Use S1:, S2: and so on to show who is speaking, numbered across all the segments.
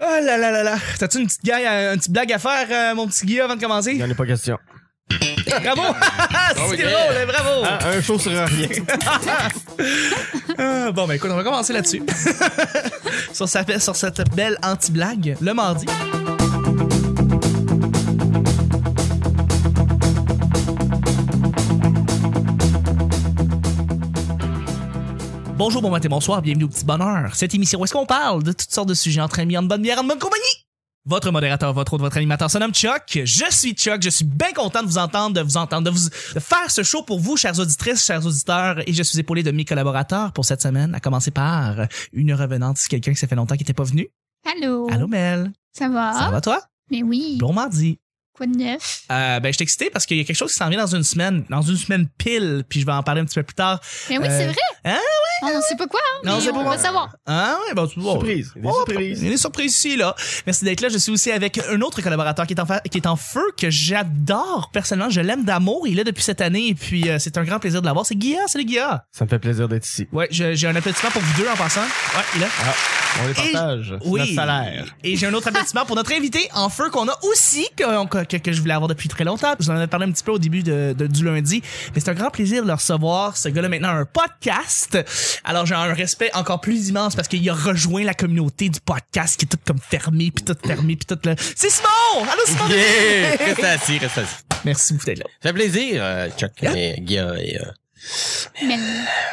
S1: Ah là là là là. T'as-tu une petite, gaille à- une petite blague à faire, euh, mon petit Guy, avant de
S2: Il n'y
S1: commencer?
S2: en a pas question.
S1: Bravo!
S3: Oh,
S1: C'est
S3: yeah.
S1: drôle, hein, bravo!
S2: Hein, un show sur rien.
S1: Ah, bon, ben écoute, on va commencer là-dessus. sur, sa- sur cette belle anti-blague, le mardi. Bonjour, bon matin, bonsoir, bienvenue au Petit Bonheur. Cette émission où est-ce qu'on parle de toutes sortes de sujets entre amis, en bonne bière, en bonne compagnie. Votre modérateur, votre autre, votre animateur se nomme Chuck. Je suis Chuck. Je suis bien content de vous entendre, de vous entendre, de, vous, de faire ce show pour vous, chères auditrices, chers auditeurs. Et je suis épaulé de mes collaborateurs pour cette semaine, à commencer par une revenante, c'est quelqu'un qui ça fait longtemps qui n'était pas venu.
S4: Allô?
S1: Allô, Mel.
S4: Ça va?
S1: Ça va, toi?
S4: Mais oui.
S1: Bon mardi.
S4: Quoi de neuf?
S1: Euh, ben, je suis excité parce qu'il y a quelque chose qui s'en vient dans une semaine, dans une semaine pile, puis je vais en parler un petit peu plus tard.
S4: Mais oui,
S1: Euh,
S4: c'est vrai.
S1: hein,
S4: On ne sait pas quoi, hein,
S1: Non,
S4: mais
S1: c'est
S4: on
S1: pas
S4: va
S1: moi.
S4: savoir.
S1: Hein? Ouais, ben, tu vois.
S2: Surprise. Il y a Des
S1: Oh, Il y
S2: surprises.
S1: a des surprises ici, là. Merci d'être là. Je suis aussi avec un autre collaborateur qui est en, fa- qui est en feu, que j'adore personnellement. Je l'aime d'amour. Il est là depuis cette année et puis euh, c'est un grand plaisir de l'avoir. C'est Guilla. Salut Guilla.
S2: Ça me fait plaisir d'être ici.
S1: Ouais, je- j'ai un applaudissement pour vous deux en passant. Ouais, il est là.
S2: On les partage. C'est
S1: Oui.
S2: Notre salaire.
S1: Et j'ai un autre applaudissement pour notre invité en feu qu'on a aussi, que, que, que je voulais avoir depuis très longtemps. Je vous en avais parlé un petit peu au début de, de- du lundi. Mais c'est un grand plaisir de le recevoir. Ce gars-là maintenant a un podcast. Alors j'ai un respect encore plus immense parce qu'il a rejoint la communauté du podcast qui est toute comme fermée, puis toute fermée, puis toute là. C'est Simon! Allô Simon!
S3: Yeah! Reste assis, reste assis.
S1: Merci beaucoup d'être là.
S3: Ça fait plaisir, euh, Chuck
S1: Yeah.
S3: mais Guy, euh, et, euh,
S4: Mais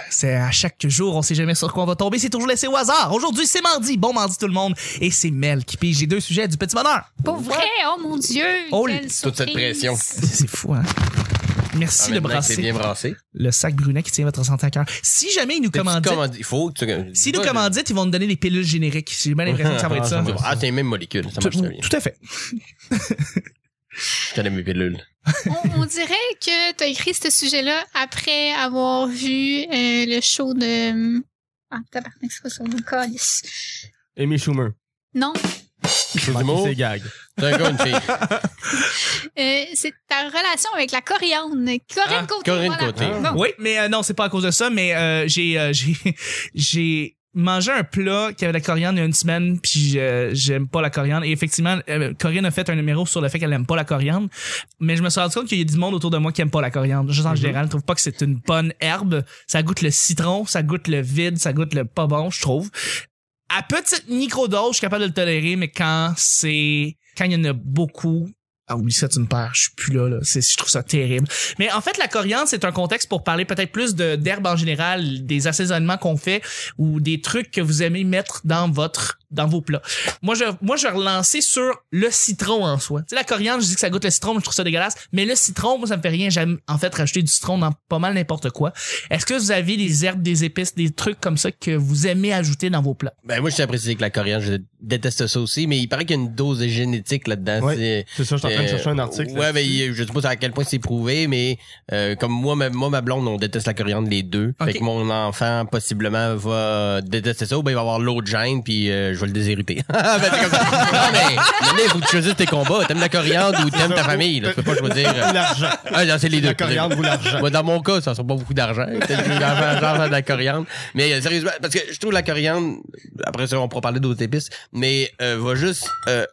S1: C'est à chaque jour, on sait jamais sur quoi on va tomber. C'est toujours laissé au hasard. Aujourd'hui, c'est mardi. Bon mardi tout le monde. Et c'est Mel qui pige les deux sujets du petit bonheur.
S4: pour vrai, oh mon Dieu!
S1: Oh,
S4: quelle
S3: toute cette
S4: surprise.
S3: pression.
S1: C'est fou, hein? Merci
S3: en
S1: de
S3: même temps que C'est
S1: brasser.
S3: Ah, bien brassé.
S1: le sac brunet qui tient votre santé à cœur. Si jamais ils nous
S3: T'as-tu
S1: commanditent,
S3: commandé- Il faut que tu.
S1: si nous
S3: Toi, je-
S1: commanditent, ils vont nous donner des pilules génériques. J'ai bien l'impression que ça va être ça.
S2: Ah, ça va.
S3: Ah, t'es les mêmes molécules. Ça
S1: Tout,
S3: marche très bien.
S1: tout à fait.
S3: Je connais mes pilules.
S4: On, on dirait que tu as écrit ce sujet-là après avoir vu euh, le show de. Ah, tabarnak, c'est quoi ça? Mon calice.
S2: Amy Schumer.
S4: Non,
S3: Je
S2: Manquez
S3: mots.
S2: ses gags.
S3: T'es un gars, une fille.
S4: euh, c'est ta relation avec la Coriandre. Corinne
S3: Ah,
S4: Côté.
S3: Corinne
S4: voilà.
S3: Côté.
S4: Bon.
S1: Oui, mais euh, non, c'est pas à cause de ça, mais euh, j'ai euh, j'ai j'ai mangé un plat qui avait de la coriandre il y a une semaine, puis euh, j'aime pas la coriandre. Et effectivement, euh, Corinne a fait un numéro sur le fait qu'elle aime pas la coriandre, mais je me suis rendu compte qu'il y a du monde autour de moi qui aime pas la coriandre. Juste en
S2: Mhm.
S1: général, je trouve pas que c'est une bonne herbe. Ça goûte le citron, ça goûte le vide, ça goûte le pas bon, je trouve. À petite microdose, je suis capable de le tolérer, mais quand c'est quand il y en a beaucoup, ah oui, ça tu me perds, je suis plus là là, c'est je trouve ça terrible. Mais en fait la coriandre, c'est un contexte pour parler peut-être plus de d'herbes en général, des assaisonnements qu'on fait ou des trucs que vous aimez mettre dans votre dans vos plats. Moi je moi je vais relancer sur le citron en soi. Tu sais la coriandre, je dis que ça goûte le citron, mais je trouve ça dégueulasse, mais le citron, moi ça me fait rien, j'aime en fait rajouter du citron dans pas mal n'importe quoi. Est-ce que vous avez des herbes, des épices, des trucs comme ça que vous aimez ajouter dans vos plats
S3: Ben, moi, je suis apprécié que la coriandre, je déteste ça aussi, mais il paraît qu'il y a une dose de génétique là-dedans.
S2: Ouais.
S3: C'est-
S2: C'est ça, je suis en
S1: Euh,
S2: train de chercher un article.
S3: Euh, Ouais,
S1: ben,
S3: mais il- je sais pas à quel point c'est prouvé, mais euh, comme moi, ma, moi, ma blonde, on déteste la coriandre les deux.
S1: Ok.
S3: Fait que mon enfant, possiblement, va détester ça, ou ben il va avoir l'autre gène, puis euh, je vais le déshériter. Ben, c'est comme ça. non, mais, non, mais, faut que tu choisisses tes combats. T'aimes la coriandre ou t'aimes ta famille, là. Tu peux pas choisir.
S2: Ou
S3: euh,
S2: l'argent.
S3: Ah, non, c'est les deux.
S2: La coriandre ou l'argent.
S3: Moi, dans mon cas, ça sera pas beaucoup d'argent. Peut-être que j'en- j'en fais de la coriandre. Mais euh, sérieusement, parce que je trouve la coriandre, après ça, on pourra parler d'autres épices, mais euh, va juste euh,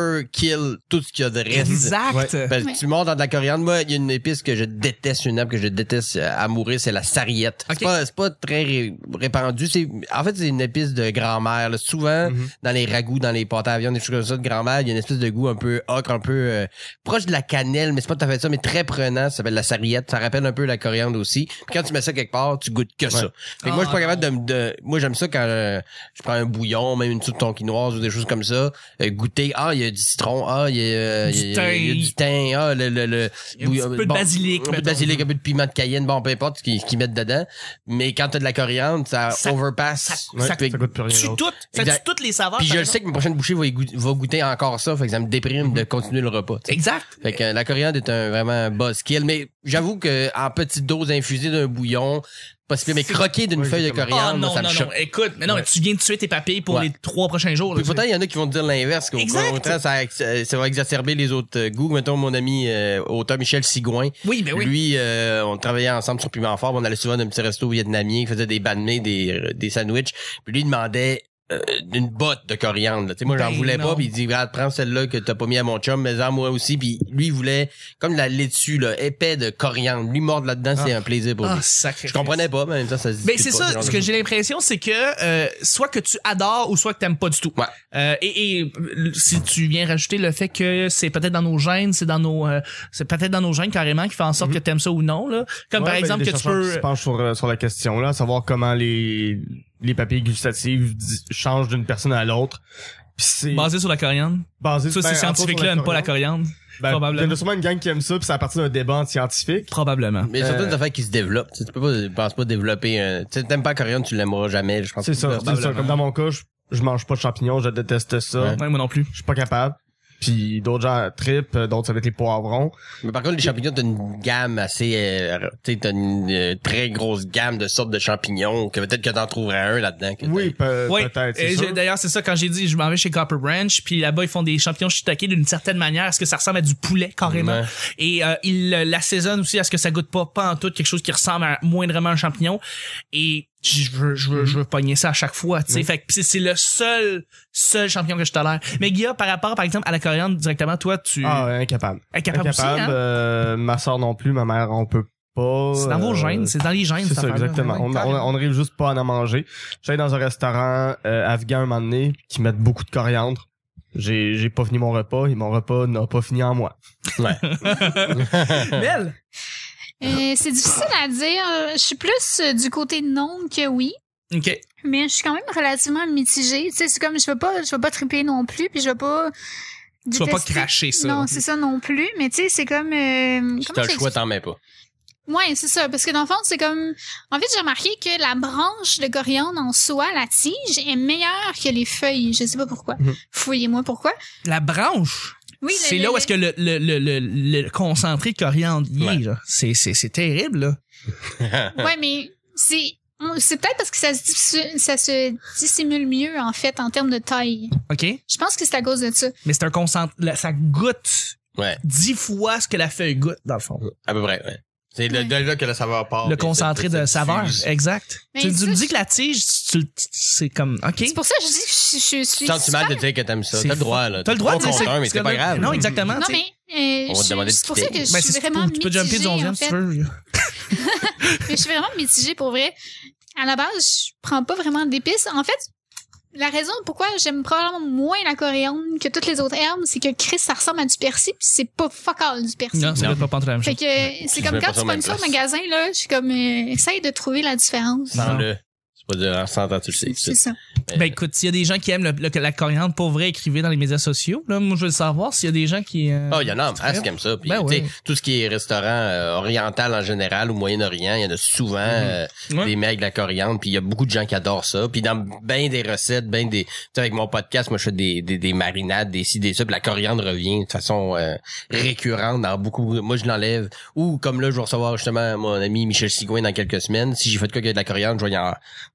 S3: overkill tout ce qu'il y a de reste.
S1: Exact.
S3: Parce que
S4: Ouais.
S3: Ben, tu mords dans de la coriandre. Moi, il y a une épice que je déteste, une herbe que je déteste euh, à mourir, c'est la sarriette.
S1: Ok.
S3: C'est pas, c'est pas très ré- répandu. C'est, en fait, c'est une épice de grand-mère. là. Souvent,
S2: Mhm.
S3: dans les ragoûts, dans les pâtes à viande, des choses comme ça de grand-mère, il y a une espèce de goût un peu ocre, un peu euh, proche de la cannelle, mais c'est pas tout à fait ça, mais très prenant. Ça s'appelle la sarriette. Ça rappelle un peu la coriandre aussi. Puis quand tu mets ça quelque part, tu goûtes que ça. Fait que moi, je suis pas
S1: Ah,
S3: capable de, me- de- Moi, j'aime ça quand euh, je prends un bouillon, même une soupe tonkinoise ou des choses comme ça. euh, goûter, ah, il y a du citron, ah, il y a,
S1: Du
S3: il y a- il y a
S1: thym.
S3: du thym, ah, le, le, le
S1: Il y a un petit peu de basilic,
S3: Un peu de
S1: mettons.
S3: basilic, un peu de piment de cayenne, bon, peu importe ce qu'ils qu'ils mettent dedans. Mais quand t'as de la coriandre, ça,
S1: Ça-
S3: overpass.
S1: ça-
S3: Puis-
S2: Ça coûte plus rien
S1: Tu
S2: d'autre.
S1: toutes, ça tue
S3: Exact.
S1: toutes les saveurs.
S3: puis
S1: t'as
S3: je le
S1: raison.
S3: sais que ma prochaine bouchée va, y goût- va goûter encore ça, fait que ça me déprime
S1: Mhm.
S3: de continuer le repas. tu sais.
S1: Exact.
S3: Fait que euh, la coriandre est un vraiment un buzz kill, mais j'avoue que en petite dose infusée d'un bouillon, pas si pire, mais croquer d'une
S2: Ouais,
S3: feuille de
S2: exactement.
S1: Ah
S3: coriandre,
S1: non,
S3: ça me
S1: non,
S3: choque.
S1: non. Écoute, mais non,
S2: Ouais.
S1: mais tu viens de tuer tes papilles pour
S3: Ouais.
S1: les trois prochains jours. là,
S3: Puis
S1: tu-
S3: pourtant, il y en a qui vont te dire l'inverse. qu'au
S1: Exact.
S3: contraire, ça, ex- euh, ça va exacerber les autres euh, goûts. Mettons mon ami euh, auteur Michel Sigouin.
S1: oui, mais Eh oui.
S3: Lui, euh, on travaillait ensemble sur Piment Fort. On allait souvent dans un petit resto vietnamien qui faisait des banh mi, des, des sandwichs. euh, Puis lui, il demandait euh, une botte de coriandre. là. Tu sais, moi, j'en
S1: Ben
S3: voulais
S1: non.
S3: pas, puis il dit, regarde, prends celle-là que t'as pas mis à mon chum, mais en moi aussi. Puis lui, il voulait, comme la laitue, là, épais de coriandre. Lui, mordre là-dedans, c'est un plaisir pour
S1: Ah,
S3: lui.
S1: sacré.
S3: Je comprenais pas, mais en même temps, ça se
S1: Mais
S3: discute
S1: c'est
S3: pas,
S1: ça,
S3: genre
S1: ce
S3: de
S1: que
S3: choses.
S1: j'ai l'impression, c'est que euh, soit que tu adores ou soit que t'aimes pas du tout.
S3: Ouais.
S1: Euh, et, et, euh, si tu viens rajouter le fait que c'est peut-être dans nos gènes, c'est dans nos, euh, c'est peut-être dans nos gènes carrément qui fait en
S3: Mm-hmm.
S1: sorte que t'aimes ça ou non là. Comme par
S2: Ouais, ben,
S1: exemple
S2: il y a
S1: que tu
S2: des chercheurs qui
S1: peux.
S2: se penchent sur, euh, sur la question là, à savoir comment les les papilles gustatives di- changent d'une personne à l'autre. Puis c'est
S1: Basé sur la coriandre.
S2: basé
S1: Ça, ces
S2: ben, entre autres,
S1: scientifiques-là
S2: sur
S1: aiment pas la coriandre.
S2: Ben,
S1: probablement.
S2: Il y en a sûrement une gang qui aime ça, puis c'est à partir d'un débat scientifique.
S1: Probablement.
S3: Mais surtout
S2: Euh,
S3: des affaires qui se développent. Tu sais, tu peux pas, tu penses pas développer un, tu sais, t'aimes pas la coriandre, tu l'aimeras jamais, je pense.
S2: C'est ça, c'est ça. Comme dans mon cas, je, je mange pas de champignons, je déteste ça.
S3: Ouais.
S1: Ouais, moi non plus.
S2: Je suis pas capable. Puis d'autres gens tripent, euh, d'autres ça va être les poivrons.
S3: Mais par contre, les champignons, t'as une gamme assez, euh, tu sais, t'as une euh, très grosse gamme de sortes de champignons que peut-être que t'en trouverais un là-dedans. que
S2: Oui, pe-
S1: Oui.
S2: Euh, peut-être. c'est
S1: Et
S2: sûr.
S1: j'ai- D'ailleurs, c'est ça quand j'ai dit, je m'en vais chez Copper Branch, puis là-bas ils font des champignons shiitake d'une certaine manière, est-ce que ça ressemble à du poulet carrément
S3: Ouais.
S1: Et euh, ils euh, l'assaisonnent aussi à ce que ça goûte pas pas en tout quelque chose qui ressemble à moindrement à un champignon. Et je veux je veux je veux pogner ça à chaque fois, tu sais. Fait que c'est- c'est le seul seul champignon que je tolère. Mais Guillaume, par rapport par exemple à la coriandre directement, toi tu
S2: Ah, ouais, incapable.
S1: incapable, aussi,
S2: Incapable,
S1: hein?
S2: euh, ma soeur non plus, ma mère, on peut pas.
S1: C'est dans vos
S2: euh,
S1: gènes, c'est dans les gènes. cette
S2: C'est ça,
S1: affaire-là. hein?
S2: exactement.
S1: Ouais,
S4: Oh
S2: On, on,
S1: carrément.
S2: on arrive juste pas à en manger. J'allais dans un restaurant euh, afghan un moment donné qui mettent beaucoup de coriandre. J'ai j'ai pas fini mon repas et mon repas n'a pas fini en moi.
S1: Belle.
S4: Euh, c'est difficile à dire. Je suis plus euh, du côté non que oui.
S1: Ok.
S4: Mais je suis quand même relativement mitigée. Tu sais, c'est comme je veux pas, je veux pas triper non plus, puis je veux pas.
S1: Tu vas pas
S4: détester.
S1: cracher ça.
S4: Non, c'est ça non plus. Mais tu sais, c'est comme.
S3: Si
S4: Euh, comment
S3: t'as le
S4: j'explique-
S3: choix, t'en mets pas.
S4: Ouais, c'est ça. Parce que dans le fond, c'est comme. En fait, j'ai remarqué que la branche de coriandre en soi, la tige, est meilleure que les feuilles. Je sais pas pourquoi.
S2: Mhm.
S4: Fouillez-moi pourquoi.
S1: La branche.
S4: Oui, le-
S1: c'est
S4: le-
S1: là où
S4: le-
S1: est-ce que le, le, le, le, le concentré de coriandre y est,
S3: Ouais.
S1: là. C'est, c'est, c'est terrible, là. Hein.
S4: Ouais, mais c'est. on- C'est peut-être parce que ça se, dissu- ça se dissimule mieux, en fait, en termes de taille.
S1: OK?
S4: Je pense que c'est à cause de ça.
S1: Mais c'est un concentré. Ça goûte
S3: Ouais,
S1: dix fois ce que la feuille goûte, dans le fond.
S3: à peu près, ouais. C'est le,
S4: Ouais.
S3: de là que la saveur part.
S1: le
S3: puis
S1: concentré
S3: c'est- c'est-
S1: de
S3: c'est-
S1: saveur.
S3: c'est-
S1: Exact.
S4: Mais
S1: tu tu
S4: ça,
S1: me
S4: je-
S1: dis que la tige, tu, tu- c'est comme. OK?
S4: C'est pour ça que je dis que je, je
S3: Tu
S4: suis.
S3: sens mal de dire que t'aimes ça.
S1: C'est
S3: T'as le
S1: fou.
S3: droit, là.
S1: T'as le droit de dire
S3: Trois
S1: ça.
S3: contre un, mais
S1: parce que
S3: c'est pas
S1: le-
S3: grave.
S1: Non, exactement.
S4: Non,
S1: tu sais.
S4: mais euh,
S3: On va te
S4: je-
S3: demander de
S4: c'est pour ça que
S3: quitter.
S4: je
S1: Ben,
S4: suis
S1: c'est-
S4: vraiment
S1: tu peux jumper du
S4: mitigée.
S1: 11e
S4: en
S1: si
S4: fait.
S1: tu veux.
S4: Mais je suis vraiment mitigée pour vrai. À la base, je prends pas vraiment d'épices. En fait, la raison pourquoi j'aime probablement moins la coriandre que toutes les autres herbes, c'est que Chris, ça ressemble à du persil, puis c'est pas focal du persil.
S1: Non, ça
S3: Non.
S1: doit pas prendre la même
S4: Fait
S1: chose.
S4: que c'est
S3: Je
S4: comme
S3: mets
S4: quand
S3: pas ça
S4: tu
S3: au
S4: prends
S3: même
S4: ça au
S3: place.
S4: magasin, là, je suis comme, euh, essaye de trouver la différence.
S3: Sens-le. C'est pas dire, en sentant, tu le sais. tout de
S4: C'est
S3: suite.
S4: ça.
S1: Ben, écoute, s'il y a des gens qui aiment le, le- la coriandre pour vrai, écrivez dans les médias sociaux. Là, moi, je veux le savoir s'il y a des gens qui. euh,
S3: Ah, il y en a en masse qui aiment ça. Puis,
S1: Ben
S3: tu sais,
S1: ouais.
S3: Tout ce qui est restaurant euh, oriental en général ou Moyen-Orient, il y en a souvent euh,
S1: Mm-hmm. Ouais.
S3: des mecs de la coriandre. Puis il y a beaucoup de gens qui adorent ça. Puis dans bien des recettes, ben des... Tu sais, avec mon podcast, moi, je fais des, des, des marinades, des ci, des ça. Puis la coriandre revient de façon euh, récurrente dans beaucoup... Moi, je l'enlève. Ou comme là, je vais recevoir justement mon ami Michel Sigouin dans quelques semaines. Si j'ai fait de quoi qu'il y a de la coriandre, je vais y en...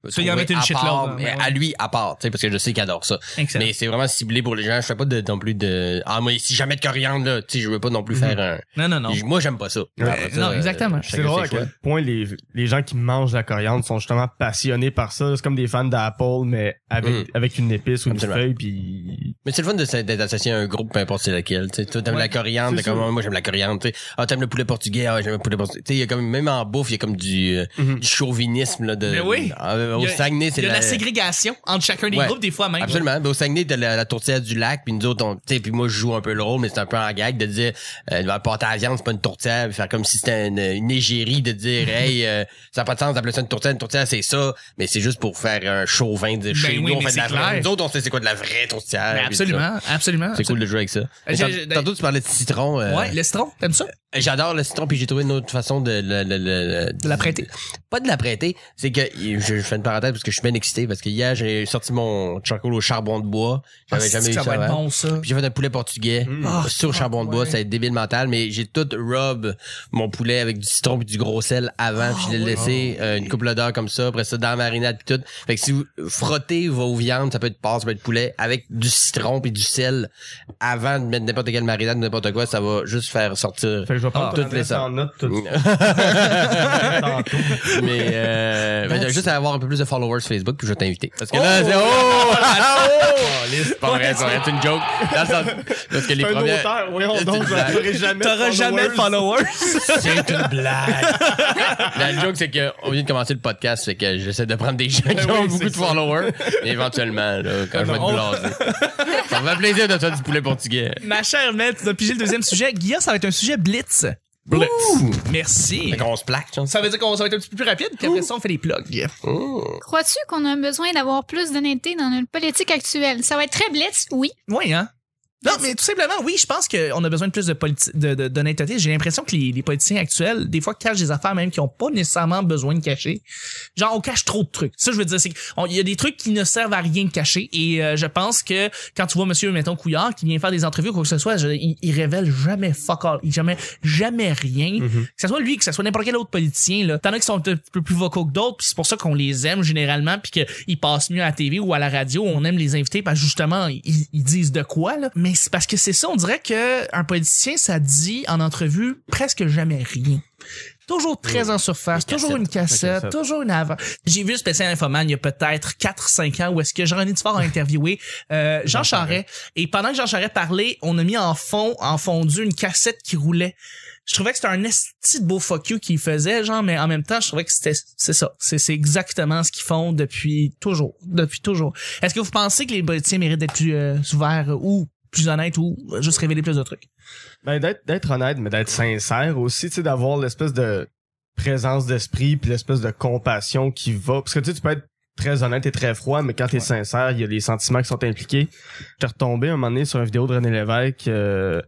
S1: Tu vas y en
S3: trouver
S1: mettre une
S3: à
S1: shitload,
S3: part,
S1: hein,
S3: mais
S1: ouais.
S3: À lui, à part. tu sais, Parce que je sais qu'il adore ça.
S1: Excellent.
S3: Mais c'est vraiment ciblé pour les gens. Je fais pas de, non plus de. Ah, moi, si jamais de coriandre, là, tu sais, je veux pas non plus faire un.
S1: Non, Mm-hmm. non, non.
S3: J- Moi, j'aime pas ça.
S2: Ouais.
S3: Après ça,
S1: Non,
S3: euh,
S1: exactement.
S3: chacun
S2: C'est drôle
S3: ses
S2: à
S3: choix.
S2: quel point les, les gens qui mangent la coriandre sont justement passionnés par ça. C'est comme des fans d'Apple, mais avec,
S3: Mm.
S2: avec une épice ou
S3: Absolument.
S2: une feuille, puis...
S3: Mais c'est le fun de s- d'être associé à un groupe, peu importe c'est lequel. Tu sais, toi, t'aimes
S1: Ouais,
S3: la coriandre,
S2: c'est
S3: t'es comme
S2: sûr.
S3: moi, j'aime la coriandre. tu sais. Ah, t'aimes le poulet portugais, ah, j'aime le poulet portugais. Tu sais, il y a comme, même en bouffe, il y a comme du, euh,
S2: Mhm.
S3: du chauvinisme, là, de.
S1: Mm-hmm. Mais oui.
S3: Ah, euh, au
S1: Il y a-
S3: Saguenay, c'est
S1: Il y a de la ségrégation entre chacun des
S3: Ouais.
S1: groupes, des fois même.
S3: Absolument. Mais au Saguenay, t'as la, la tourtière du lac, puis nous autres, on, tu sais, puis moi, je joue un peu le rôle, mais c'est un peu en gag de dire, euh, la pâte à la viande, c'est pas une tourtière, puis faire comme si c'était une, une égérie de dire, hey, euh, ça n'a pas de sens d'appeler ça une tourtière, une tourtière, c'est ça, mais c'est juste pour faire un chauvin de chez
S1: Ben oui,
S3: nous, on
S1: mais
S3: fait de la
S1: c'est
S3: vraie.
S1: clair.
S3: Nous autres, on sait c'est quoi de la vraie tourtière.
S1: Mais
S3: puis tout ça.
S1: Ben, absolument, absolument.
S3: C'est cool de jouer avec ça. Mais
S1: J'ai-
S3: tant-
S1: j'ai-
S3: Tantôt, tu parlais de citron. euh,
S1: Ouais, le citron, t'aimes ça?
S3: J'adore le citron, puis j'ai trouvé une autre façon de, le- le- le- le-
S1: De l'apprêter.
S3: Pas de l'apprêter, c'est que je, je fais une parenthèse parce que je suis bien excité parce que hier j'ai sorti mon charcoal au charbon de bois. J'avais jamais eu ça.
S1: Ah,
S3: hein.
S1: ça va être
S3: avant.
S1: bon, ça.
S3: Puis j'ai fait un poulet portugais
S2: Mm.
S1: Ah,
S3: sur charbon de bois,
S1: ouais.
S3: ça va être débile mental, mais j'ai tout rub mon poulet avec du citron puis du gros sel avant, puis je l'ai
S1: Ah,
S3: laissé euh, une couple d'heures comme ça, après ça dans la marinade puis tout. Fait que si vous frottez vos viandes, ça peut être porc, ça peut être poulet avec du citron puis du sel avant de mettre n'importe quelle marinade, n'importe quoi, ça va juste faire sortir
S2: Fait que je vais prendre
S1: Ah,
S2: ton
S3: toutes les
S2: adresse
S3: sortes.
S2: en note tout de suite.
S3: Mais euh, ben, juste à avoir un peu plus de followers sur Facebook, puis je vais t'inviter. Parce que là,
S2: Oh!
S3: c'est oh, là, oh!
S2: liste.
S3: C'est pas vrai, ça aurait été une joke. Dans le sens- parce que les
S2: un
S3: premières.
S2: auteur, voyons donc,
S3: Exact.
S2: j'aurai jamais
S1: T'auras jamais de followers.
S3: C'est une blague. La joke, c'est qu'on vient de commencer le podcast, fait que j'essaie de prendre des gens qui ont
S2: oui,
S3: beaucoup
S2: c'est
S3: de
S2: ça.
S3: followers. Mais éventuellement, là, quand je vais
S2: Non.
S3: être blasé. Ça me fait plaisir de faire du poulet portugais.
S1: Ma chère Mel, tu as pigé le deuxième sujet. Guilla, ça va être un sujet blitz.
S3: Blitz.
S1: Merci.
S3: Fait qu'on se plaque, tu vois.
S1: Ça veut dire qu'on va être un petit peu plus rapide, puis après ça, on fait les plugs.
S4: Crois-tu qu'on a besoin d'avoir plus d'honnêteté dans notre politique actuelle? Ça va être très blitz, oui.
S1: Oui, hein? Non, mais tout simplement, oui, je pense qu'on a besoin de plus de politi- de- de- d'honnêteté. J'ai l'impression que les, les politiciens actuels, des fois, cachent des affaires même qui n'ont pas nécessairement besoin de cacher. Genre, on cache trop de trucs. Ça, je veux dire, c'est qu'il y a des trucs qui ne servent à rien de cacher. Et euh, je pense que quand tu vois monsieur, mettons, Couillard, qui vient faire des entrevues ou quoi que ce soit, je- il, il révèle jamais fuck all. Il jamais, jamais rien.
S2: Mhm.
S1: Que ce soit lui, que ce soit n'importe quel autre politicien, là. T'en as qui sont un petit peu plus vocaux que d'autres, puis c'est pour ça qu'on les aime généralement, puis qu'ils passent mieux à la TV ou à la radio. On aime les inviter parce que justement, ils, ils disent de quoi, là. Mais c'est parce que c'est ça, on dirait que un politicien, ça dit en entrevue presque jamais rien. Toujours très en surface,
S3: Des
S1: toujours une cassette,
S2: Des cassettes.
S1: toujours une avant. J'ai vu le spécial Infoman il y a peut-être 4-5 ans où est-ce que Jean-René Dufort a interviewé euh, Jean Charest. Et pendant que Jean Charest parlait, on a mis en fond, en fondu, une cassette qui roulait. Je trouvais que c'était un esti de beau fuck you qu'il faisait, genre, mais en même temps, je trouvais que c'était, c'est ça. C'est, c'est exactement ce qu'ils font depuis toujours. Depuis toujours. Est-ce que vous pensez que les politiciens méritent d'être plus euh, ouverts euh, ou plus honnêtes ou euh, juste révéler plus de trucs?
S2: Ben, d'être, d'être honnête, mais d'être sincère aussi, tu sais, d'avoir l'espèce de présence d'esprit puis l'espèce de compassion qui va. Parce que tu sais, tu peux être très honnête et très froid, mais quand t'es sincère, il y a les sentiments qui sont impliqués. J'étais retombé un moment donné sur une vidéo de René Lévesque euh,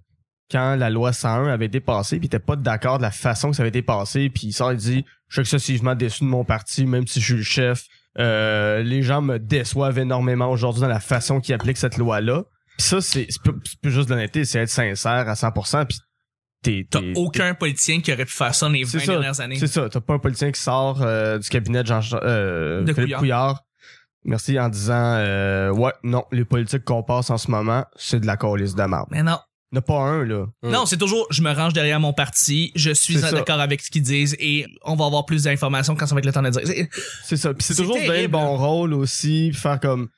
S2: quand la loi 101 avait été passée, puis t'es pas d'accord de la façon que ça avait été passé, puis il sort et dit « Je suis excessivement déçu de mon parti, même si je suis le chef. Euh, les gens me déçoivent énormément aujourd'hui dans la façon qu'ils appliquent cette loi-là. » Puis ça, c'est c'est plus, c'est plus juste de l'honnêteté, c'est être sincère à 100%, puis t'es...
S1: T'as
S2: t'es-
S1: aucun politicien qui aurait pu faire ça dans les
S2: C'est
S1: 20
S2: ça,
S1: dernières années.
S2: C'est ça, t'as pas un politicien qui sort euh, du cabinet de Jean... Euh,
S1: De
S2: Philippe
S1: Couillard.
S2: Couillard. Merci en disant euh, ouais non les politiques qu'on passe en ce moment c'est de la colisse de marde.
S1: Mais non.
S2: Il n'y en a pas un là.
S3: Mm.
S1: Non, c'est toujours je me range derrière mon parti, je suis
S2: C'est ça.
S1: d'accord avec ce qu'ils disent et on va avoir plus d'informations quand ça va être le temps de dire. C'est-
S2: C'est ça. Puis c'est
S1: C'est
S2: toujours
S1: terrible,
S2: donner le bon rôle aussi, puis faire comme.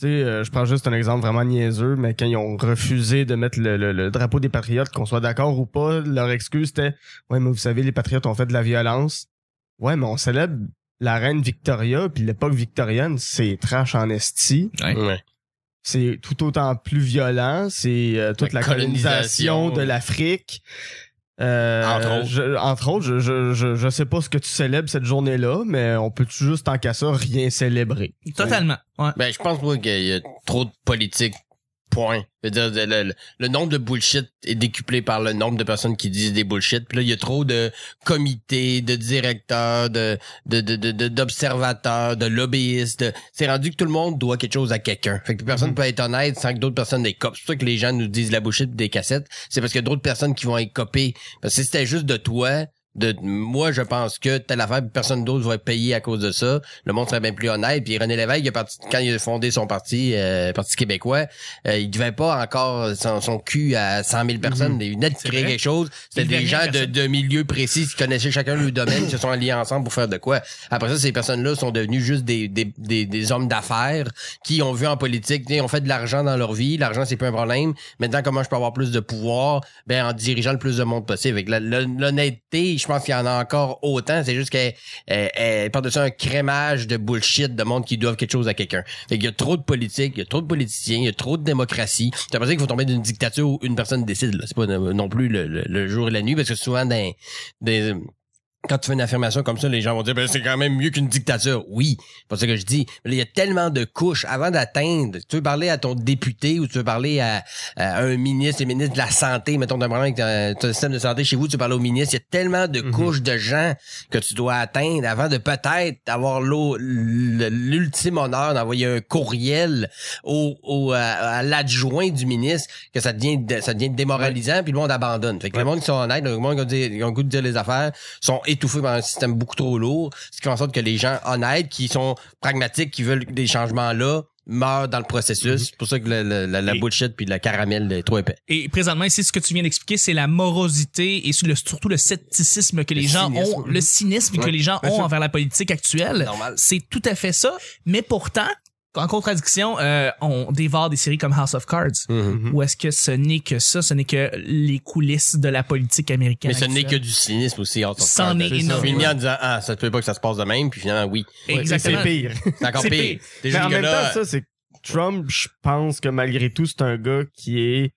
S2: Tu sais, euh, je prends juste un exemple vraiment niaiseux, mais quand ils ont refusé de mettre le, le- le drapeau des patriotes, qu'on soit d'accord ou pas, leur excuse c'était Ouais, mais vous savez, les patriotes ont fait de la violence. Ouais, mais on célèbre la reine Victoria, puis l'époque victorienne, c'est trash en esti.
S3: Ouais.
S2: C'est tout autant plus violent, c'est euh, toute
S3: La
S2: la,
S3: colonisation.
S2: colonisation, de l'Afrique. Euh,
S3: Entre autres.
S2: je- entre autres, je, je, je, je sais pas ce que tu célèbres cette journée-là, mais on peut juste, tant qu'à ça, rien célébrer.
S1: Totalement. Ouais.
S3: Ben, je pense, moi, qu'il y a trop de politique. Point. Je veux dire, de- le, le- le nombre de bullshit est décuplé par le nombre de personnes qui disent des bullshit. Puis là, il y a trop de comités, de directeurs, de de- de- de- de- d'observateurs, de, lobbyistes. de- C'est rendu que tout le monde doit quelque chose à quelqu'un. Fait que
S1: Mm-hmm.
S3: personne peut être honnête sans que d'autres personnes les copent. C'est pour ça que les gens nous disent la bullshit des cassettes. C'est parce qu'il y a d'autres personnes qui vont être copées. Parce que si c'était juste de toi, de moi, je pense que telle affaire, puis personne d'autre va payer à cause de ça le monde serait bien plus honnête. Puis René Lévesque, il a parti- quand il a fondé son parti, euh, Parti québécois, euh, il devait pas encore son, son cul à 100 000 personnes. Il venait de
S1: Mm-hmm. C'est
S3: créer
S1: vrai.
S3: quelque chose.
S1: Il
S3: C'était des
S1: devait rien
S3: gens
S1: à
S3: de,
S1: personne.
S3: de milieux précis qui connaissaient chacun le domaine, qui se sont alliés ensemble pour faire de quoi. Après ça, ces personnes-là sont devenues juste des, des, des, des hommes d'affaires qui ont vu en politique, ils ont fait de l'argent dans leur vie. L'argent, c'est pas un problème. Maintenant, comment je peux avoir plus de pouvoir? Ben, en dirigeant le plus de monde possible. Fait que la- la- l'honnêteté, je pense qu'il y en a encore autant. C'est juste qu'elle elle- elle- par-dessus un crémage de bullshit de monde qui doivent quelque chose à quelqu'un. Fait qu'il y a trop de politique, il y a trop de politiciens, il y a trop de démocratie. J'ai l'impression qu'il faut tomber d'une dictature où une personne décide. là. C'est pas euh, non plus le, le- le jour et la nuit, parce que souvent, dans, dans- quand tu fais une affirmation comme ça, les gens vont dire ben, c'est quand même mieux qu'une dictature. Oui, c'est pas ça que je dis. Mais là, il y a tellement de couches avant d'atteindre. Tu veux parler à ton député ou tu veux parler à, à un ministre, le ministre de la santé, mettons d'un problème avec ton, ton système de santé chez vous, tu parles au ministre. Il y a tellement de
S2: Mhm.
S3: couches de gens que tu dois atteindre avant de peut-être avoir l'eau- l- l'ultime honneur d'envoyer un courriel au, au- à, à l'adjoint du ministre que ça devient dé- ça devient démoralisant puis le monde abandonne. Fait que le
S2: Ouais.
S3: monde qui sont honnêtes, le monde qui ont, dit- qui ont le goût de dire les affaires sont étouffés par un système beaucoup trop lourd, ce qui fait en sorte que les gens honnêtes qui sont pragmatiques, qui veulent des changements là, meurt dans le
S2: Mm-hmm.
S3: processus. C'est pour ça que le- le- la, la
S1: Et-
S3: bullshit puis le caramel est trop épais.
S1: Et présentement, ici, ce que tu viens d'expliquer, c'est la morosité et sur le- surtout le scepticisme que les
S3: Le
S1: gens
S3: cynisme.
S1: ont, le cynisme que
S3: Ouais,
S1: les gens
S3: bien
S1: ont
S3: sûr.
S1: envers la politique
S2: Ben,
S1: actuelle.
S3: Normal.
S1: C'est tout à fait ça. Mais pourtant, en contradiction, euh, on dévore des séries comme House of Cards.
S2: Mm-hmm.
S3: Mhm.
S1: Ou est-ce que ce n'est que ça, ce n'est que les coulisses de la politique américaine
S3: Mais ce n'est que
S1: actuelle?
S3: du cynisme aussi. hors
S1: C'en
S3: sorte.
S1: est
S3: C'est ça.
S1: énorme.
S3: Fini en disant, ah, ça se peut pas que ça se passe de même, puis finalement, oui.
S1: Exactement.
S2: C'est pire.
S3: C'est encore
S1: C'est
S3: pire.
S1: pire.
S2: Mais
S3: Déjà,
S2: en
S3: le
S2: même
S3: gars-là,
S2: temps, ça, c'est que Trump, je pense que malgré tout, c'est un gars qui est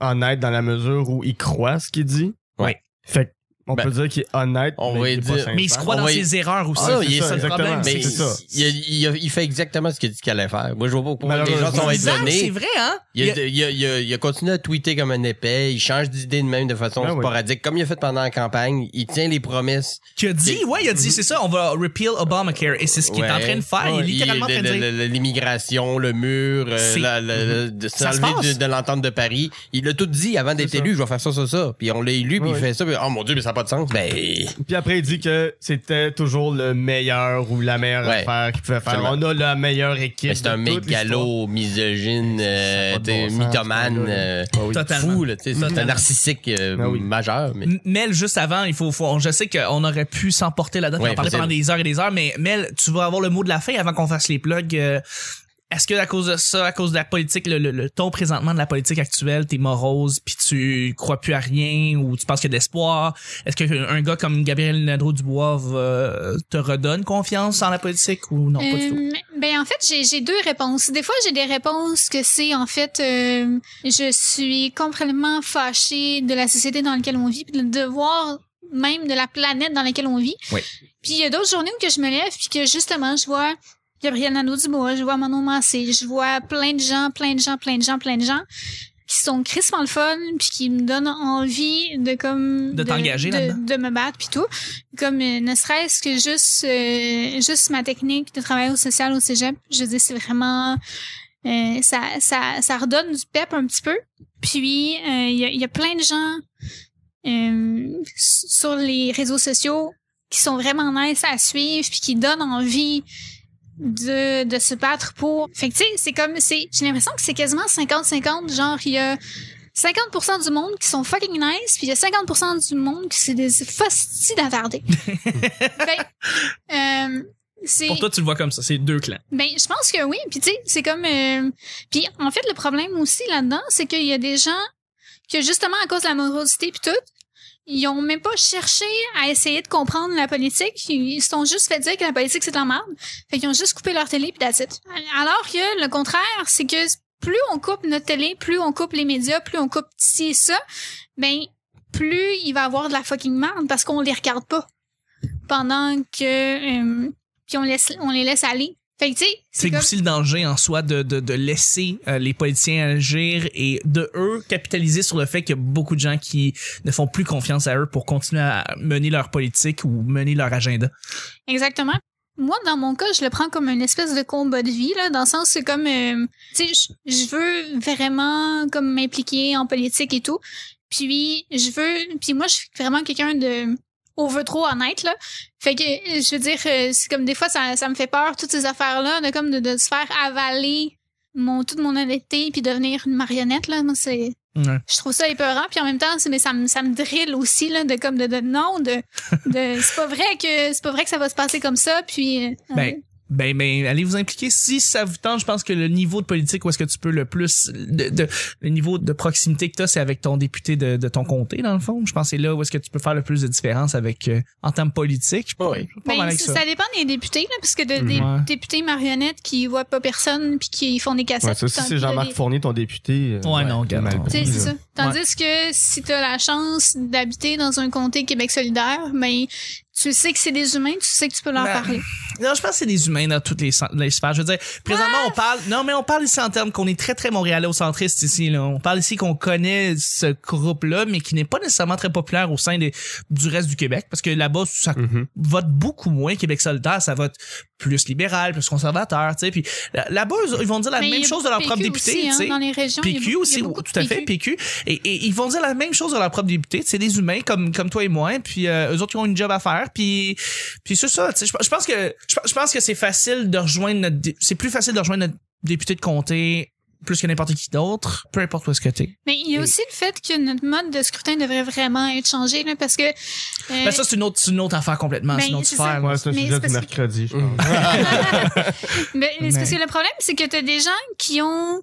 S2: honnête dans la mesure où il croit ce qu'il dit.
S3: Ouais.
S2: Fait qu'on
S3: Ben,
S2: peut dire qu'il est honnête.
S3: on
S2: mais
S3: va
S2: il est
S3: dire-
S2: pas sincère.
S1: Mais il se croit
S3: On
S1: dans
S3: va y-
S1: ses erreurs aussi.
S3: Ah, il
S1: c'est
S3: est
S1: ça,
S2: ça,
S1: le
S2: exactement.
S1: problème.
S3: Mais
S1: c'est-
S2: c'est ça.
S3: Il, il a- il fait exactement ce qu'il dit qu'il allait faire. Moi, je vois pas pourquoi les gens sont
S1: C'est bizarre, c'est
S3: étonnés.
S1: vrai, hein?
S3: Il a, il, a, il, a, il a continué à tweeter comme un épais. Il change d'idée de même de façon
S2: Ben oui.
S3: sporadique, comme il a fait pendant la campagne. Il tient les promesses.
S1: Qui a dit, ouais, il a dit, c'est ça, on va repeal Obamacare. Et c'est ce qu'il est en
S3: Ouais.
S1: train de faire. Il est
S3: Ouais.
S1: littéralement en
S3: Il-
S1: train de
S3: le-
S1: dire.
S3: le- le- L'immigration, le mur, euh,
S1: C'est-
S3: la- la- la- de
S1: Ça se
S3: s'enlever
S1: passe.
S3: de, de l'entente de Paris. Il l'a tout dit avant d'être
S2: ça.
S3: élu. Je vais faire ça, ça, ça. Puis on l'a élu, puis
S2: Ouais.
S3: il fait ça. Puis, oh mon Dieu, mais ça n'a pas de sens. Ben,
S2: Puis après, il dit que c'était toujours le meilleur ou la meilleure
S3: Ouais.
S2: affaire qu'il pouvait faire.
S3: Absolument.
S2: On a la meilleure équipe.
S3: ben, c'est un
S2: de toute l'histoire.
S3: mégalo, misogyne, euh,
S2: Ça a pas de
S3: t'sais,
S2: bon sens,
S3: mythomane,
S2: ce gars-là.
S3: euh,
S2: Ah oui.
S1: Totalement.
S3: fou. là, t'sais, C'est un
S1: Totalement.
S3: narcissique euh,
S2: Ah oui.
S3: majeur. Mais...
S1: M- Mel, juste avant, il faut, faut- on- je sais qu'on aurait pu s'emporter là-dedans,
S3: Ouais,
S1: on en parler
S3: facile.
S1: pendant des heures et des heures, mais Mel, tu vas avoir le mot de la fin avant qu'on fasse les plugs. euh, Est-ce que à cause de ça, à cause de la politique, le, le- le ton présentement de la politique actuelle, t'es morose, puis tu crois plus à rien, ou tu penses qu'il y a de l'espoir? Est-ce qu'un gars comme Gabriel Nadeau-Dubois va- euh, te redonne confiance en la politique ou non, pas du tout?
S4: Euh, ben en fait, j'ai- j'ai deux réponses. Des fois, j'ai des réponses que c'est en fait, euh, je suis complètement fâchée de la société dans laquelle on vit, puis de devoir même de la planète dans laquelle on vit.
S3: Oui.
S4: Puis il y a d'autres journées où que je me lève puis que justement, je vois Gabriel Nadeau-Dubois, je vois Manon Massé, je vois plein de gens, plein de gens, plein de gens, plein de gens qui sont crissement le fun puis qui me donnent envie de comme
S1: De t'engager
S4: de,
S1: là-dedans.
S4: de me battre puis tout comme euh, ne serait-ce que juste euh, juste ma technique de travail au social au cégep je dis c'est vraiment euh, ça, ça ça redonne du pep un petit peu puis euh, il y, a, il y a plein de gens euh, s- sur les réseaux sociaux qui sont vraiment nice à suivre puis qui donnent envie de, de se battre pour fait que tu sais c'est comme c'est j'ai l'impression que c'est quasiment 50 50 genre il y a 50% du monde qui sont fucking nice, puis il y a 50% du monde qui c'est des fastis d'avardés. ben, euh, c'est-
S1: Pour toi, tu le vois comme ça, c'est deux clans.
S4: ben, je pense que oui. Puis tu sais, c'est comme. euh, Puis en fait, le problème aussi là-dedans, c'est qu'il y a des gens que justement à cause de la morosité puis tout, ils ont même pas cherché à essayer de comprendre la politique. Ils se sont juste fait dire que la politique c'est de la merde. Fait qu'ils ont juste coupé leur télé puis that's it. Alors que le contraire, c'est que plus on coupe notre télé, plus on coupe les médias, plus on coupe ci et ça, ben plus il va y avoir de la fucking merde parce qu'on les regarde pas pendant que euh, puis on laisse on les laisse aller. Fait que tu sais,
S1: C'est
S4: comme-
S1: aussi le danger en soi de, de, de laisser euh, les politiciens agir et de eux capitaliser sur le fait qu'il y a beaucoup de gens qui ne font plus confiance à eux pour continuer à mener leur politique ou mener leur agenda.
S4: Exactement. Moi, dans mon cas, je le prends comme une espèce de combat de vie, là, dans le sens c'est comme, euh, tu sais, je- je veux vraiment comme m'impliquer en politique et tout. Puis je veux, puis moi, je suis vraiment quelqu'un de on veut trop honnête là. Fait que euh, je veux dire, euh, c'est comme des fois ça, ça me fait peur toutes ces affaires là, de comme de, de se faire avaler mon toute mon honnêteté puis devenir une marionnette là. Moi, c'est
S1: Ouais.
S4: je trouve ça épeurant puis en même temps c'est- mais ça me ça me drille aussi là de comme de, de non de, de c'est pas vrai que c'est pas vrai que ça va se passer comme ça puis euh,
S1: Ben, ben, ben, allez vous impliquer. Si ça vous tente, je pense que le niveau de politique où est-ce que tu peux le plus, de, de- le niveau de proximité que tu as, c'est avec ton député de, de ton comté, dans le fond. Je pense que c'est là où est-ce que tu peux faire le plus de différence avec, euh, en termes politiques. Je
S3: Oui.
S1: suis pas
S4: ben,
S1: mal avec
S4: ça,
S1: ça.
S4: ça dépend des députés là parce que de- des
S1: Ouais.
S4: députés marionnettes qui voient pas personne puis qui font des cassettes
S2: Ouais, ça,
S4: puis
S2: si
S4: t'as
S2: c'est
S4: envie de
S2: Jean-Marc
S4: les-
S2: Fournier, ton député. euh,
S1: Ouais, non, regarde,
S2: mal
S1: non.
S2: pris,
S4: Tu sais, c'est
S2: là.
S4: ça. Tandis que si t'as la chance d'habiter dans un comté Québec solidaire, ben, tu sais que c'est des humains, tu sais que tu peux leur
S1: Ben,
S4: parler.
S1: Non, je pense que c'est des humains dans toutes les, sen- les sphères. Je veux dire, présentement, on parle, non, mais on parle ici en termes qu'on est très, très montréalo-centriste ici, là. On parle ici qu'on connaît ce groupe-là, mais qui n'est pas nécessairement très populaire au sein des, du reste du Québec, parce que là-bas, ça
S2: Mhm.
S1: vote beaucoup moins Québec solidaire, ça vote plus libéral, plus conservateur, tu sais. Puis là- là-bas, eux, ils vont dire la
S4: Mais il y
S1: même
S4: a
S1: chose de
S4: beaucoup
S1: leur propre
S4: PQ
S1: député,
S4: aussi,
S1: tu
S4: hein,
S1: sais.
S4: Dans les régions. il y a
S1: PQ
S4: beaucoup-
S1: aussi,
S4: il y a beaucoup de
S1: tout à fait, PQ. Et, et ils vont dire la même chose à leur propre député. C'est des humains comme, comme toi et moi, puis euh, eux autres ils ont une job à faire, puis, puis c'est ça. tu sais, Je, je pense que je, je pense que c'est facile de rejoindre notre. dé- C'est plus facile de rejoindre notre député de comté plus que n'importe qui d'autre, peu importe où est-ce que t'es.
S4: Mais il y a aussi le fait que notre mode de scrutin devrait vraiment être changé, là, parce que. euh,
S1: Ben ça, c'est une autre, c'est une autre affaire complètement,
S4: Ben,
S1: c'est une autre
S4: c'est
S1: sphère.
S2: Ouais, c'est un
S4: Mais
S2: sujet
S4: c'est parce
S2: du
S4: que-
S2: mercredi, je pense.
S4: mais, mais c'est parce
S1: Mais-
S4: que le problème, c'est que t'as des gens qui ont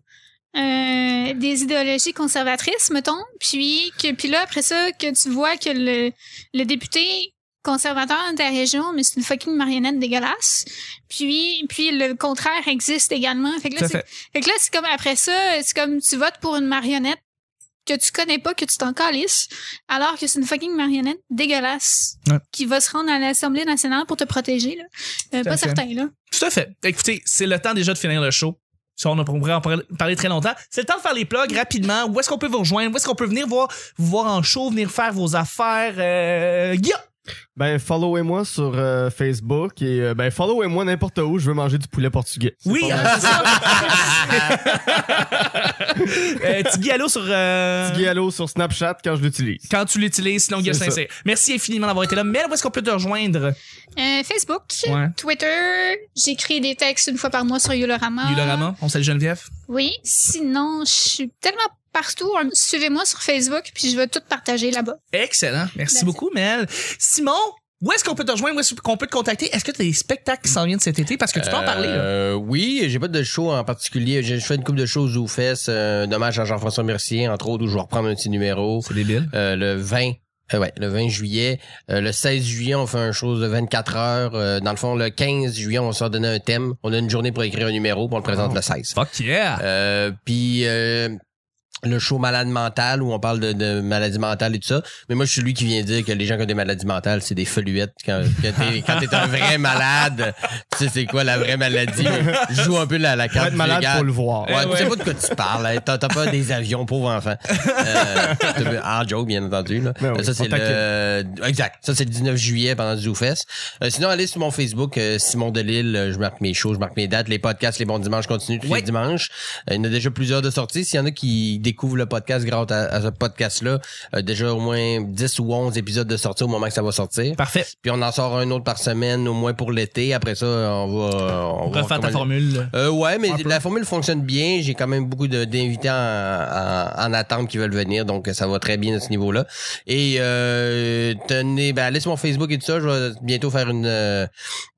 S4: euh, des idéologies conservatrices, mettons, puis que puis là, après ça, que tu vois que le, le député conservateur de ta région, mais c'est une fucking marionnette dégueulasse. Puis puis le contraire existe également. Fait que
S1: Tout
S4: là,
S1: à
S4: c'est
S1: fait.
S4: fait que là, c'est comme après ça, c'est comme tu votes pour une marionnette que tu connais pas, que tu t'en calisses, alors que c'est une fucking marionnette dégueulasse
S1: Ouais.
S4: qui va se rendre à l'Assemblée nationale pour te protéger, là. Euh,
S1: Tout à
S4: pas
S1: fait.
S4: certain, là.
S1: Tout à fait. Écoutez, c'est le temps déjà de finir le show. Ça, on pourrait en parler- parler très longtemps. C'est le temps de faire les plugs rapidement. Où est-ce qu'on peut vous rejoindre? Où est-ce qu'on peut venir voir, vous voir en show, venir faire vos affaires? Euh, yeah!
S2: Ben, followez-moi sur euh, Facebook et euh, ben, followez-moi n'importe où, je veux manger du poulet portugais.
S1: Oui! hein,
S2: C'est pas
S1: c'est ça. euh, Tigui Allo sur... euh,
S2: mal. Guy Allo sur Snapchat quand je l'utilise.
S1: Quand tu l'utilises, sinon Guillaume
S2: C'est ça.
S1: Saint-Cyr. Merci infiniment d'avoir été là. Mais où est-ce qu'on peut te rejoindre?
S4: Euh, Facebook,
S1: Ouais.
S4: Twitter, j'écris des textes une fois par mois sur Yolorama.
S1: Yulorama, on salue Geneviève.
S4: Oui. Sinon, je suis tellement partout. Suivez-moi sur Facebook, puis je vais tout partager là-bas.
S1: Excellent. Merci,
S4: Merci.
S1: beaucoup, Mel. Simon, où est-ce qu'on peut te rejoindre? Où est-ce qu'on peut te contacter? Est-ce que tu as des spectacles qui s'en viennent cet été? Parce que tu peux en parler, là.
S3: Euh, oui, j'ai pas de show en particulier. J'ai fait une couple de choses au FES. euh, dommage à Jean-François Mercier, entre autres, où je vais reprendre un petit numéro.
S1: C'est débile.
S3: Euh, le 20. euh, ouais, le 20 juillet. Euh, le 16 juillet, on fait un chose de 24 heures. Euh, dans le fond, le 15 juillet, on sort donner un thème. On a une journée pour écrire un numéro, puis on le présente
S1: Oh.
S3: le 16.
S1: Fuck yeah!
S3: Euh, puis euh, le show malade mental où on parle de, de maladies mentales et tout ça. Mais moi, je suis lui qui vient dire que les gens qui ont des maladies mentales, c'est des feluettes. Quand, quand t'es, quand t'es un vrai malade, tu sais c'est quoi la vraie maladie. Je joue un peu la, la
S2: Faut
S3: carte
S2: être
S3: du
S2: malade
S3: légal.
S2: pour le voir.
S1: Eh
S3: Ouais,
S1: ouais.
S3: Tu sais pas de quoi tu parles. hein. T'as, t'as pas des avions, pauvre enfant. Euh, t'as- en joke, bien entendu. Là.
S2: Ben oui,
S3: ça, c'est
S2: on t'inquiète.
S3: le... Exact. Ça, c'est le 19 juillet pendant le ZooFest. Euh, sinon, allez sur mon Facebook, euh, Simon Delille. Euh, Je marque mes shows, je marque mes dates, les podcasts, les bons dimanches continuent tous
S1: Ouais.
S3: les dimanches. Euh, il y en a déjà plusieurs de sorties. S'il y en a qui découvrent le podcast grâce à, à ce podcast-là, euh, déjà au moins 10 ou 11 épisodes de sortie au moment que ça va sortir.
S1: Parfait.
S3: Puis on en sort un autre par semaine, au moins pour l'été. Après ça, on va... On va
S1: Refaire
S3: comment-
S1: ta formule.
S3: euh, ouais, mais
S1: Un peu.
S3: la formule fonctionne bien. J'ai quand même beaucoup de- d'invités en, en, en attente qui veulent venir, donc ça va très bien à ce niveau-là. Et euh, tenez, ben, allez sur mon Facebook et tout ça. Je vais bientôt faire une euh,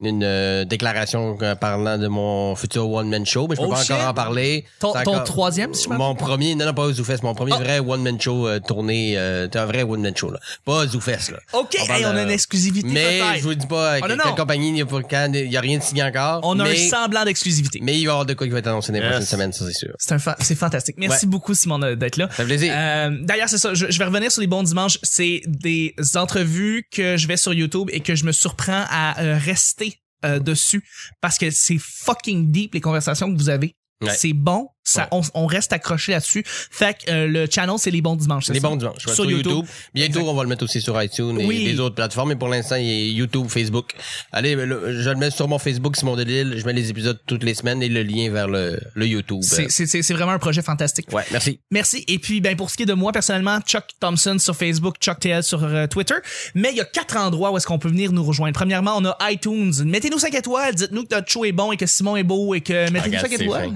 S3: une euh, déclaration euh, parlant de mon futur one man show, mais je peux
S1: Oh
S3: pas
S1: shit!
S3: encore en parler.
S1: Ton,
S3: C'est
S1: ton
S3: encore-
S1: troisième, si je me
S3: mon premier, non, non, pas Zoufest, mon premier
S1: Ah.
S3: vrai one-man show euh, tourné, euh, t'es un vrai one-man show, là. Pas Zoufest, là.
S1: OK,
S3: On parle
S1: hey, on a
S3: de-
S1: une exclusivité
S3: Mais
S1: peut-être.
S3: je vous dis pas, avec
S1: Oh, non,
S3: quelle
S1: non.
S3: compagnie, il y a pour quand, il y a rien de signé encore.
S1: On a
S3: mais-
S1: un semblant d'exclusivité.
S3: mais il va y avoir de quoi qui va être annoncé dans les
S2: Yes.
S3: prochaines semaines, ça c'est sûr.
S1: C'est un fa- c'est fantastique. Merci beaucoup, Simon, euh, d'être là.
S3: Ça fait plaisir.
S1: Euh, D'ailleurs, c'est ça. Je, je vais revenir sur les bons dimanches. C'est des entrevues que je vais sur YouTube et que je me surprends à euh, rester euh, dessus parce que c'est fucking deep les conversations que vous avez.
S3: Ouais.
S1: C'est bon. Ça,
S3: Ouais.
S1: on, on reste accroché là-dessus. Fait que euh, le channel, c'est les bons dimanches. c'est
S3: les
S1: ça?
S3: bons dimanches. ouais,
S1: Sur
S3: Sur, YouTube.
S1: YouTube.
S3: Bientôt, on va le mettre aussi sur iTunes et
S1: Oui.
S3: les autres plateformes. Mais pour l'instant, il y a YouTube, Facebook. Allez, ben, le- je le mets sur mon Facebook, Simon Delille. Je mets les épisodes toutes les semaines et le lien vers le, le YouTube. Euh,
S1: C'est- C'est c'est- c'est vraiment un projet fantastique.
S3: Ouais, merci.
S1: Merci. Et puis, ben, pour ce qui est de moi, personnellement, Chuck Thompson sur Facebook, Chuck TL sur euh, Twitter. Mais il y a quatre endroits où est-ce qu'on peut venir nous rejoindre. Premièrement, on a iTunes. Mettez-nous 5 étoiles. Dites-nous que notre show est bon et que Simon est beau et que mettez-nous
S3: regarde,
S1: 5 étoiles.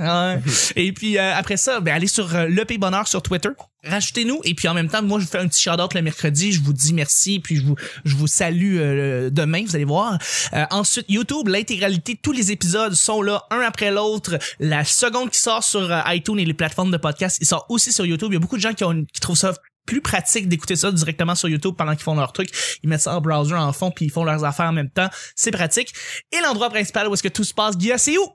S1: Ouais. et puis, euh, après ça, ben, allez sur euh, Le Pays Bonheur sur Twitter. Rajoutez-nous. Et puis, en même temps, moi, je vous fais un petit shout-out le mercredi. Je vous dis merci. Puis, je vous, je vous salue euh, demain. Vous allez voir. Euh, ensuite, YouTube, l'intégralité, tous les épisodes sont là, un après l'autre. La seconde qui sort sur euh, iTunes et les plateformes de podcast, il sort aussi sur YouTube. Il y a beaucoup de gens qui, ont, une- qui trouvent ça plus pratique d'écouter ça directement sur YouTube pendant qu'ils font leur truc. Ils mettent ça en browser en fond puis ils font leurs affaires en même temps. C'est pratique. Et l'endroit principal où est-ce que tout se passe, Guilla, c'est où?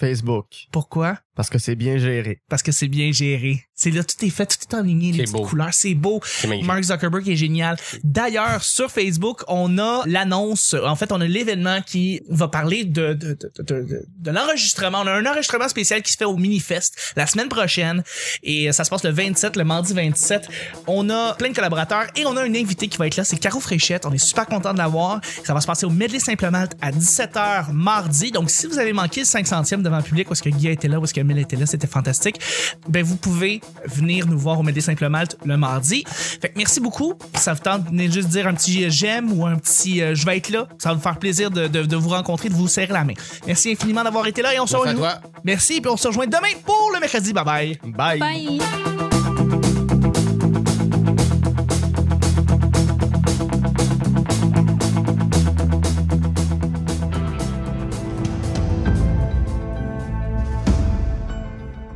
S2: Facebook,
S1: Pourquoi?
S2: parce que c'est bien géré.
S1: Parce que c'est bien géré. C'est là, tout est fait, tout est en ligne, les
S3: C'est
S1: petites
S3: beau.
S1: couleurs, c'est beau.
S3: C'est magnifique.
S1: Mark Zuckerberg est génial. D'ailleurs, sur Facebook, on a l'annonce. En fait, on a l'événement qui va parler de de, de, de, de- de l'enregistrement. On a un enregistrement spécial qui se fait au Minifest la semaine prochaine et ça se passe le 27, le mardi 27. On a plein de collaborateurs et on a une invitée qui va être là, c'est Caro Fréchette. On est super content de la voir. Ça va se passer au Medley Simplement à 17h mardi. Donc, si vous avez manqué le 500e devant le public, où est-ce que Guy était là, où est-ce que aimé la télé, c'était fantastique. Ben, vous pouvez venir nous voir au Médé Simple Malte le mardi. Fait que merci beaucoup. Ça vous tente, venez juste dire un petit euh, j'aime ou un petit euh, je vais être là. Ça va vous faire plaisir de, de- de vous rencontrer, de vous serrer la main. Merci infiniment d'avoir été là et on se
S3: Merci à
S1: rejoint.
S3: toi.
S1: Merci, puis on se rejoint demain pour le mercredi. Bye bye.
S4: Bye.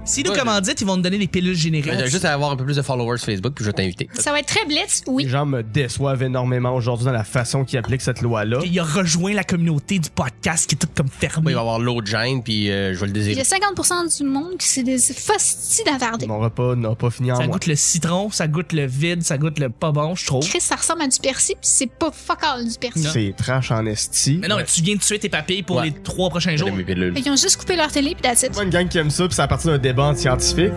S1: Si nous
S3: Ouais,
S1: commanditent, ils vont nous donner des pilules
S3: Je vais
S1: génériques.
S3: Euh, juste avoir un peu plus de followers sur Facebook, puis je vais t'inviter.
S4: Ça va être très blitz, oui.
S2: Les gens me déçoivent énormément aujourd'hui dans la façon qu'ils appliquent cette loi-là.
S1: Il a rejoint la communauté du podcast qui est toute comme
S3: Il
S1: fermée.
S3: va avoir l'autre gêne, puis euh, je vais le
S4: Il y
S3: désirer.
S4: a 50% du monde qui c'est des fastis d'attardés.
S2: Mon repas n'a pas fini en
S1: Ça
S2: moi.
S1: goûte le citron, ça goûte le vide, ça goûte le pas bon, je trouve.
S4: Chris, ça ressemble à du persil, puis c'est pas fuck all du persil.
S1: Non.
S2: C'est trash en esti.
S1: Mais non, tu viens de tuer tes papilles pour
S3: Ouais.
S1: les trois prochains jours.
S3: Mes pilules.
S4: Fait qu'ils ont juste coupé leur télé, puis that's it.
S2: Pas une gang qui aime ça, puis c'est à partir d'un débat scientifique.